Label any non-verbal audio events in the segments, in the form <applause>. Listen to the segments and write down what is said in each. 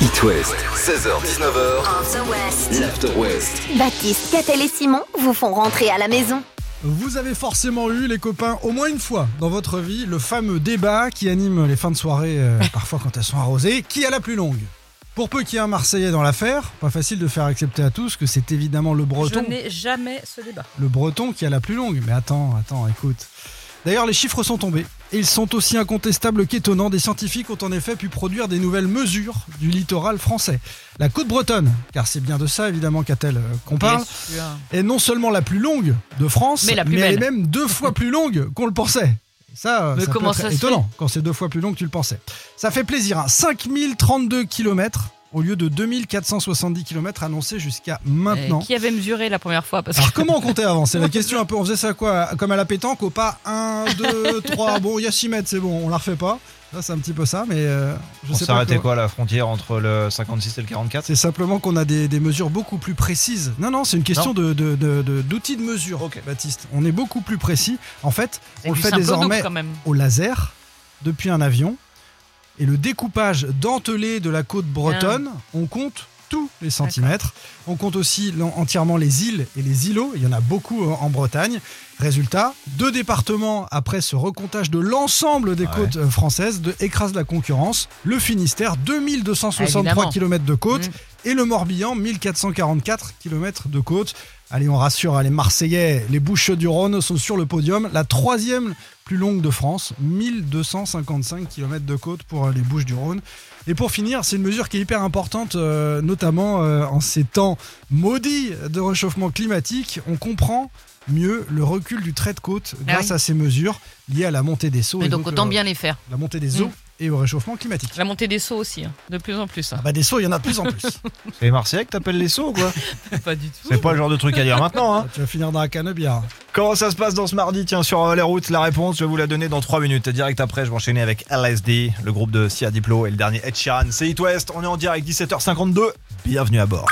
It West, 16h-19h, After West. l'After West. Baptiste, Catel et Simon vous font rentrer à la maison. Vous avez forcément eu, les copains, au moins une fois dans votre vie, le fameux débat qui anime les fins de soirée, euh, parfois quand elles sont arrosées, qui a la plus longue Pour peu qu'il y ait un Marseillais dans l'affaire, pas facile de faire accepter à tous que c'est évidemment le Je Breton, n'ai jamais ce débat. le Breton qui a la plus longue. Mais attends, attends, écoute. D'ailleurs, les chiffres sont tombés. Ils sont aussi incontestables qu'étonnants. Des scientifiques ont en effet pu produire des nouvelles mesures du littoral français. La côte bretonne, car c'est bien de ça évidemment qu'a-t-elle euh, qu'on parle, est non seulement la plus longue de France, Mais la plus elle est belle. même deux fois plus longue qu'on le pensait. Et Ça, Mais ça peut comment être ça se étonnant quand c'est deux fois plus long que tu le pensais. Ça fait plaisir, hein. 5032 km au lieu de 2470 km annoncés jusqu'à maintenant. Eh, Qui avait mesuré la première fois parce Alors que... comment on comptait avant C'est la question un peu, on faisait ça quoi Comme à la pétanque, au pas 1, 2, 3, bon il y a 6 mètres c'est bon, on la refait pas. Ça c'est un petit peu ça, mais euh, je On sais pas. s'arrêtait comment- quoi à la frontière entre le 56 et le 44 C'est simplement qu'on a des, des mesures beaucoup plus précises. Non, non, c'est une question de- de- de- de- d'outils de, mesure, Ok. Baptiste. On est beaucoup plus précis. En fait, C'est on le du fait simple désormais donc, quand même. au laser, depuis un avion. Et le découpage dentelé de la côte bretonne, on compte tous les centimètres. On compte aussi l'en- entièrement les îles et les îlots. Il y en a beaucoup hein, en en Bretagne. Résultat, deux départements après ce recomptage de l'ensemble des Ouais. côtes euh, françaises de écrasent la concurrence. Le Finistère, 2263 Évidemment. km de côte Mhm. et le Morbihan, 1444 km de côte. Allez, on rassure, hein, les Marseillais, les Bouches du Rhône sont sur le podium. La troisième plus longue de France, 1255 km de côte pour euh, les Bouches du Rhône. Et pour finir, c'est une mesure qui est hyper importante, euh, notamment euh, en ces temps maudits de réchauffement climatique. On comprend mieux le recul du trait de côte Ah grâce oui. à ces mesures liées à la montée des eaux. Mais et donc autant euh, bien les faire. La montée des eaux Mm. et au réchauffement climatique. La montée des sauts aussi, hein. de plus en plus. hein. Ah bah des sauts, il y en a de plus en plus. C'est les Marseillais que t'appelles les sauts ou quoi Bah, pas du tout. C'est pas le genre de truc à dire maintenant. Hein. <laughs> tu vas finir dans la canebière. Comment ça se passe dans ce mardi Tiens, sur euh, les routes, la réponse, je vais vous la donner dans 3 minutes. Direct après, je vais enchaîner avec LSD, le groupe de Sia Diplo et le dernier Ed Sheeran. C'est It West, on est en direct 17h52. Bienvenue à bord.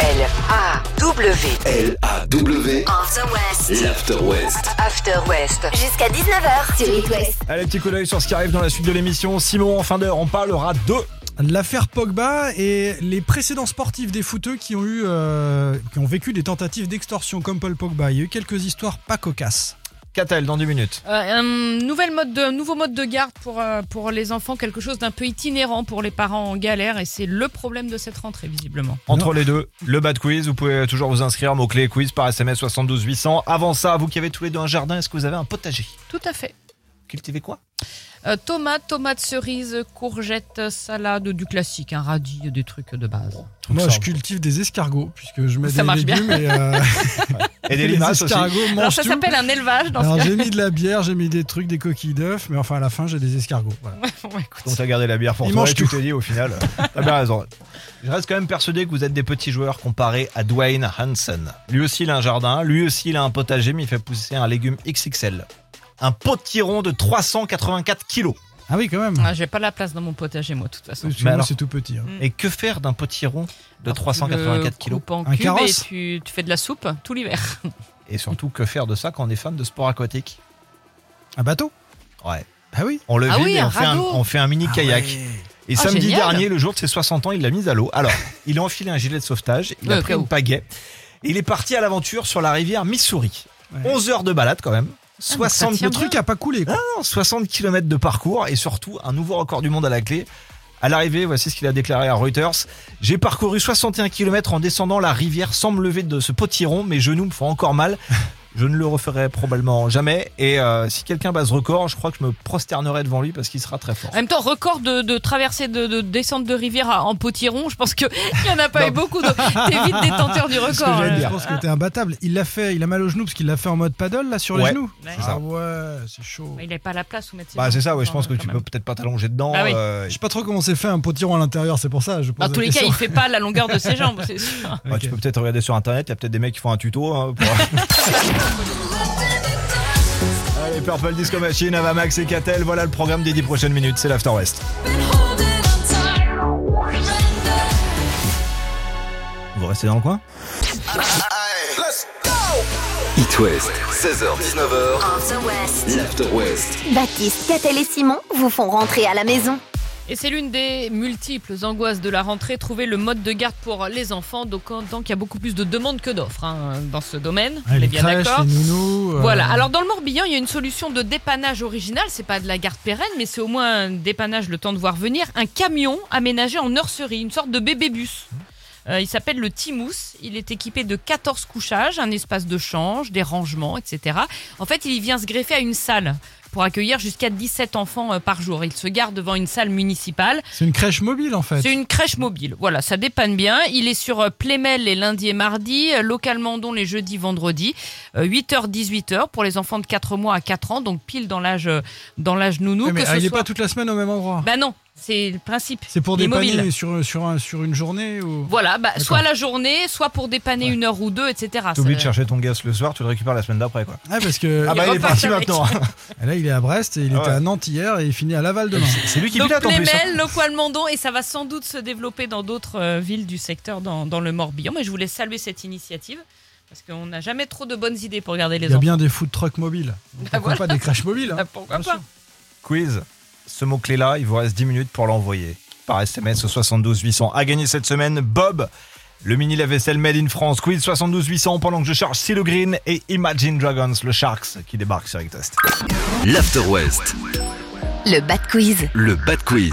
L-A-W, L-A-W, After West. l'After West. After West. Jusqu'à 19h sur It West. Allez, petit coup d'œil sur ce qui arrive dans la suite de l'émission. Simon, en fin d'heure, on parlera de. L'affaire Pogba et les précédents sportifs des footeux qui ont eu, euh, qui ont vécu des tentatives d'extorsion comme Paul Pogba. Il y a eu quelques histoires pas cocasses. Catel dans 10 minutes. Euh, un nouvel mode de, nouveau mode de garde pour, euh, pour les enfants, quelque chose d'un peu itinérant pour les parents en galère, et c'est le problème de cette rentrée, visiblement. Entre les deux, le bad quiz, vous pouvez toujours vous inscrire, mot-clé quiz par SMS 72 800. Avant ça, vous qui avez tous les deux un jardin, est-ce que vous avez un potager Tout à fait. Cultivez quoi Euh, tomates, tomates cerises, courgettes, salade, du classique, un radis, des trucs de base. Moi, ça, je cultive des escargots puisque je mets Ça des marche bien. légumes et, euh, <laughs> Et des <laughs> les limaces aussi. escargots mangent Alors ça tout. s'appelle un élevage dans Alors, ce j'ai mis de la bière, j'ai mis des trucs, des coquilles d'œufs, mais enfin à la fin j'ai des escargots. Voilà. <laughs> cas. Bon, écoute. Donc t'as gardé la bière pour Il toi mange et tu tout. t'es dit au <laughs> final. euh, T'as bien raison. Je reste quand même persuadé que vous êtes des petits joueurs comparés à Dwayne Hansen. Lui aussi il a un jardin, lui aussi il a un potager mais il fait pousser un légume XXL. Un potiron de 384 kilos. Ah oui quand même. Ah, j'ai pas la place dans mon potager, moi, de toute façon. Parce que Mais moi, alors- c'est tout petit. hein. Et que faire d'un potiron Ah, de 384 kilos Tu le Ah, coupes en Un cubes et carrosse tu, tu fais de la soupe tout l'hiver. Et surtout que faire de ça quand on est fan de sport aquatique Un bateau Ouais. Ah oui. On le Ah vide oui, et on un fait un, radeau. on fait un mini kayak. Et Ah, samedi génial. dernier, le jour de ses 60 ans, il l'a mise à l'eau. Alors, il a enfilé un gilet de sauvetage, il Ouais, a au pris cas une où. pagaie. Et il est parti à l'aventure sur la rivière Missouri. Ouais. 11 heures de balade quand même. donc ça 60, tient Le truc a pas coulé. Quoi. Ah non, 60 km de parcours et surtout un nouveau record du monde à la clé. À l'arrivée, voici ce qu'il a déclaré à Reuters. J'ai parcouru 61 km en descendant la rivière sans me lever de ce potiron. Mes genoux me font encore mal. Je ne le referai probablement jamais. Et euh, si quelqu'un bat ce record, je crois que je me prosternerai devant lui parce qu'il sera très fort. En même temps, record de, de traversée de, de descente de rivière à- en potiron. Je pense <laughs> qu'il n'y en a pas Non. eu beaucoup. donc T'es vite détenteur du C'est ce que record. hein. j'allais là. dire. Je pense que t'es imbattable. Il l'a fait, il a mal aux genoux parce qu'il l'a fait en mode paddle là sur les Ouais. genoux. Ouais. C'est ça. Ah ouais, c'est chaud. Il n'avait pas la place où mettre ses Bah jambes, c'est ça, ouais, je quand pense que même, tu quand peux même. peut-être pas t'allonger dedans. Ah bah. oui. euh, Je sais pas trop comment c'est fait un potiron à l'intérieur, c'est pour ça. Je pose Dans la tous les cas, question. il fait pas la longueur de ses jambes, c'est sûr. bah, Tu Ok. peux peut-être regarder sur internet, il y a peut-être des mecs qui font un tuto. hein, pour- <laughs> Allez, Purple Disco Machine, Ava Max et Catel, voilà le programme des 10 prochaines minutes, c'est l'After West. Vous restez dans le coin It West, 16h-19h, After West. l'After West. Baptiste, Catel et Simon vous font rentrer à la maison. Et c'est l'une des multiples angoisses de la rentrée, trouver le mode de garde pour les enfants. Donc, tant qu'il y a beaucoup plus de demandes que d'offres hein, dans ce domaine, on est Ah, les bien crèches, d'accord. les nounous. euh, Voilà. Alors dans le Morbihan, il y a une solution de dépannage originale. C'est pas de la garde pérenne, mais c'est au moins un dépannage le temps de voir venir. Un camion aménagé en nurserie, une sorte de bébé bus. Euh, il s'appelle le Timous. Il est équipé de 14 couchages, un espace de change, des rangements, etc. En fait, il vient se greffer à une salle pour accueillir jusqu'à 17 enfants euh, par jour. Il se garde devant une salle municipale. C'est une crèche mobile en fait. C'est une crèche mobile. Voilà, ça dépanne bien. Il est sur euh, Plémel les lundis et mardis, euh, localement dont les jeudis, vendredis, Euh, 8h, 18h pour les enfants de 4 mois à 4 ans, donc pile dans l'âge euh, dans l'âge nounou. Eh, mais que ce elle n'est soit- pas toute la semaine au même endroit. Bah non, c'est le principe. c'est pour il est dépanner mobile. sur, sur, un- sur une journée ou... Voilà, bah, D'accord. soit la journée, soit pour dépanner une heure ou deux, etc. T'oublies de Ça- euh, chercher ton gaz le soir, tu le récupères la semaine d'après, quoi. Ah, parce que Ah bah il est repart parti avec. maintenant. Et là, il est à Brest et il Ah était ouais. à Nantes hier et il finit à Laval demain. <laughs> C'est lui qui Donc pilote en plus. hein. Plémel, Le Poil Mandon, et ça va sans doute se développer dans d'autres euh, villes du secteur, dans, dans le Morbihan. Mais je voulais saluer cette initiative parce qu'on n'a jamais trop de bonnes idées pour garder Il les y a enfants. bien des food trucks mobiles. Pourquoi Bah, voilà. pas des crèches mobiles hein. Ah, Pourquoi Bien pas sûr. Quiz. Ce mot-clé-là, il vous reste 10 minutes pour l'envoyer par SMS au 72 800. À gagner cette semaine, Bob, le mini lave-vaisselle made in France. Quiz 72 800 pendant que je charge Silo Green et Imagine Dragons, le Sharks, qui débarque sur Test. L'After West, Le Bat Quiz. le Bad Quiz.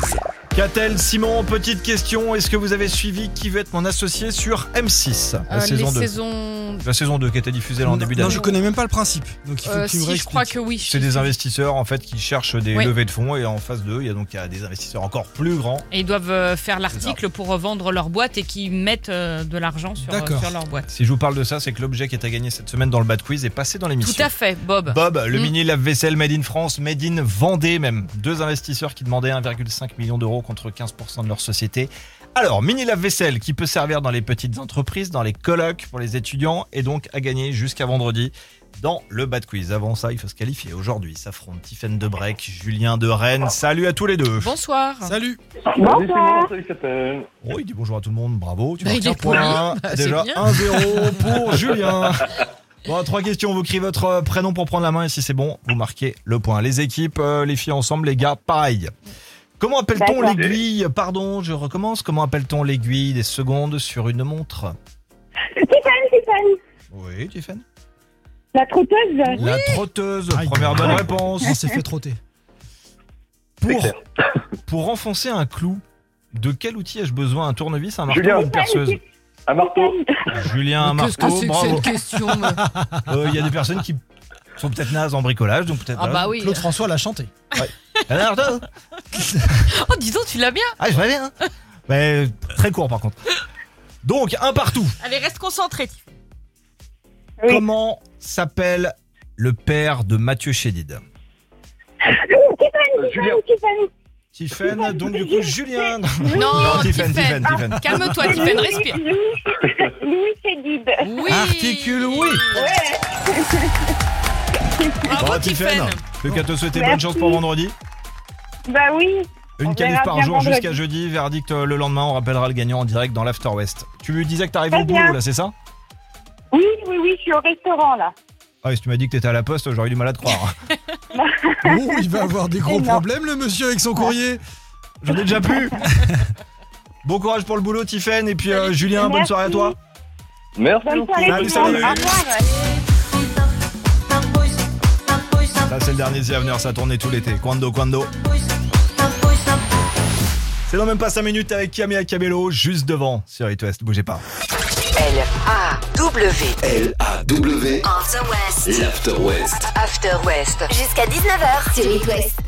Catel, Simon, petite question. Est-ce que vous avez suivi qui veut être mon associé sur M6 La Euh, saison les 2. saisons. La saison 2 qui était diffusée là en Non, début non, d'année. je connais même pas le principe. Donc il faut euh, que tu me si, je réexpliques. crois que oui. C'est des investisseurs en fait qui cherchent des Oui. levées de fonds et en face d'eux, il y a donc il y a des investisseurs encore plus grands. Et ils doivent euh, faire l'article pour revendre leur boîte et qu'ils mettent euh, de l'argent sur, euh, D'accord. sur leur boîte. Si je vous parle de ça, c'est que l'objet qui est à gagner cette semaine dans le bad quiz est passé dans Tout l'émission. à fait, Bob. Bob, le Mm. mini lave-vaisselle made in France, made in Vendée même. Deux investisseurs qui demandaient 1,5 million d'euros contre 15% de leur société. Alors, mini lave-vaisselle qui peut servir dans les petites entreprises, dans les colocs pour les étudiants et donc à gagner jusqu'à vendredi dans le bad quiz. Avant ça, il faut se qualifier. Aujourd'hui, s'affrontent Tiffaine de Breck, Julien de Rennes. Salut à tous les deux. Bonsoir. Salut Salut Simon, salut Captain. Oh, il dit bonjour à tout le monde, bravo, tu Bah, marques il un est poli. point. Bah, c'est Déjà bien. <laughs> 1-0 pour Julien. Bon, trois questions, vous criez votre euh, prénom pour prendre la main et si c'est bon, vous marquez le point. Les équipes, euh, les filles ensemble, les gars, pareil. Comment appelle-t-on D'accord. l'aiguille Pardon, je recommence. Comment appelle-t-on l'aiguille des secondes sur une montre Stéphane, Stéphane, Oui, Tiffen. la Ah trotteuse, euh, La trotteuse, Aïe. première bonne réponse. On s'est fait trotter. C'est Pour, clair. pour enfoncer un clou, de quel outil ai-je besoin Un tournevis, un marteau Julien. ou une perceuse Un marteau Julien, un marteau, bravo. question Euh, Il y a des personnes qui sont peut-être nazes en bricolage, donc peut-être. Ah bah oui. Claude François l'a chanté. Ah, non, non. <laughs> Oh, dis donc, tu l'as bien. Ah, je vais bien. Mais très court par contre. Donc, un partout. Allez, reste concentré. Oui. Comment s'appelle le père de Mathieu Chédid Euh, Julien. Stéphane, Stéphane, Tiffen, donc du coup Julien. Non, Oh, Tiffen. Tiffen, Tiffen, Tiffen. <laughs> Calme-toi, Tiffen, respire. Louis- Louis Cédid. Oui. Articule oui. Bravo, Tiffen. Plus qu'à te souhaiter Merci. bonne chance pour vendredi. Bah oui, On Une qualif verra par bien jour vendredi. jusqu'à jeudi. Verdict euh, le lendemain, on rappellera le gagnant en direct dans l'After West. Tu lui disais que t'arrivais au Très bien. boulot là, c'est ça oui, oui, oui, je suis au restaurant là. Ah, et si tu m'as dit que t'étais à la poste, j'aurais eu du mal à te croire. Oh, il va avoir des <laughs> gros Non. problèmes, le monsieur, avec son courrier. J'en ai déjà plus. bon courage pour le boulot, Tiffen. Et puis euh, Julien, bonne Merci. soirée à toi. Merci Bonne beaucoup. soirée Allez, tout le monde, salut. au revoir. Ça, c'est le dernier The Avenir, ça tournait tout l'été. Quando, quando. C'est dans même pas 5 minutes avec Camille Cabello, juste devant sur It West. Bougez pas. L-A-W, L-A-W, On the West. l'After West. After West. Jusqu'à 19h sur It West.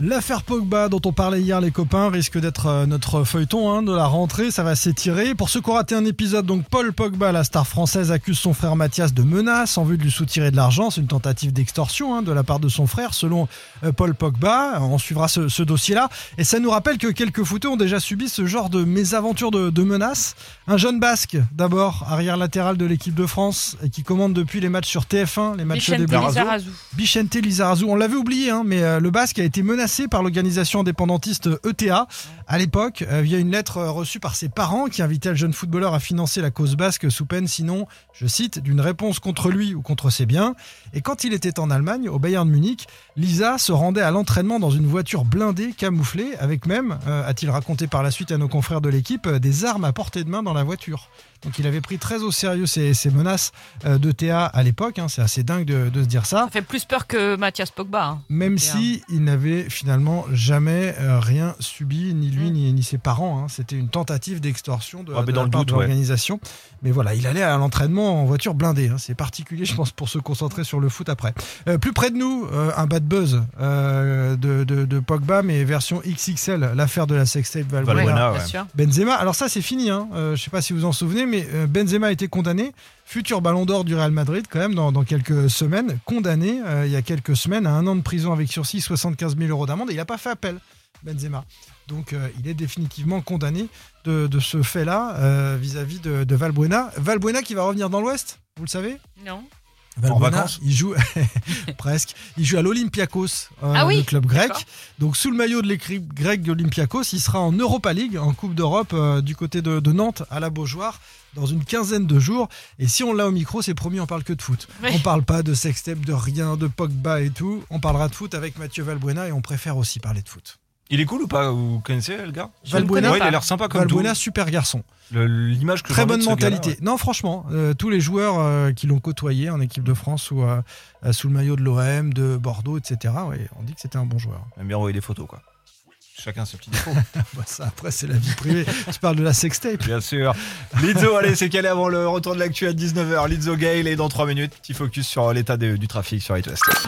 L'affaire Pogba dont on parlait hier les copains risque d'être euh, notre feuilleton hein, de la rentrée, ça va s'étirer. Pour ceux qui ont raté un épisode, donc Paul Pogba, la star française, accuse son frère Mathias de menaces en vue de lui soutirer de l'argent. C'est une tentative d'extorsion hein, de la part de son frère, selon euh, Paul Pogba. On suivra ce, ce dossier-là. Et ça nous rappelle que quelques footeux ont déjà subi ce genre de mésaventures de, de menaces. Un jeune basque, d'abord, arrière latéral de l'équipe de France, et qui commande depuis les matchs sur TF1, les matchs Michel des Bleus. Lizarazu. Bichente Lizarazu, on l'avait oublié, hein, mais euh, le Basque a été menacé menacé par l'organisation indépendantiste ETA à l'époque euh, via une lettre euh, reçue par ses parents qui invitait le jeune footballeur à financer la cause basque sous peine sinon, je cite, d'une réponse contre lui ou contre ses biens. Et quand il était en Allemagne, au Bayern de Munich, Lisa se rendait à l'entraînement dans une voiture blindée, camouflée, avec même, euh, a-t-il raconté par la suite à nos confrères de l'équipe, euh, des armes à portée de main dans la voiture. Donc il avait pris très au sérieux ces, ces menaces euh, de TA à l'époque, hein, c'est assez dingue de, de se dire ça, Ça fait plus peur que Mathias Pogba. hein. même Bien. si il n'avait finalement jamais euh, rien subi, ni lui Mm. ni, ni ses parents. hein. C'était une tentative d'extorsion de, Ah, mais de dans la le part doute, de ouais. l'organisation. Mais voilà, il allait à l'entraînement en voiture blindée. hein. C'est particulier, je pense, pour se concentrer sur le foot après. Euh, plus près de nous, euh, un bad buzz euh, de, de- de Pogba, mais version XXL, l'affaire de la sextape Valbuena. Valbuena. Voilà, bien ouais. sûr. Benzema, alors ça c'est fini, hein. Euh, je sais pas si vous en souvenez, mais euh, Benzema a été condamné, futur ballon d'or du Real Madrid quand même dans, dans quelques semaines, condamné euh, il y a quelques semaines à un an de prison avec sursis, 75 000 euros d'amende, et il n'a pas fait appel, Benzema. Donc euh, il est définitivement condamné de, de ce fait-là euh, vis-à-vis de, de Valbuena. Valbuena qui va revenir dans l'Ouest, vous le savez Non. Valbuena, vacances Il joue <laughs> presque. Il joue à l'Olympiakos, euh, Ah oui, le club grec. d'accord. Donc sous le maillot de l'équipe grecque d'Olympiakos, il sera en Europa League, en Coupe d'Europe, euh, du côté de, de Nantes à la Beaujoire, dans une quinzaine de jours. Et si on l'a au micro, c'est promis, on parle que de foot. Ouais. On parle pas de sextep, de rien, de Pogba et tout. On parlera de foot avec Mathieu Valbuena et on préfère aussi parler de foot. Il est cool ou pas Vous connaissez le gars Je ne connais Valbuena, Ouais, il pas. a l'air sympa comme Valbuena, tout. super garçon. Le- L'image que Très j'en ai de bonne ce gars-là, mentalité. ouais. Non, franchement, euh, tous les joueurs euh, qui l'ont côtoyé en équipe de France ou euh, euh, sous le maillot de l'OM, de Bordeaux, etc., ouais, on dit que c'était un bon joueur. <laughs> J'aime bien envoyer des photos, quoi. Chacun ses petits défauts. Bah, ça, après, c'est la vie privée. Je parle de la sextape. Bien sûr. Lizzo, allez, c'est calé avant le retour de l'actu à 19h. Lizzo Gale et dans 3 minutes, petit focus sur l'état des- du trafic sur It West.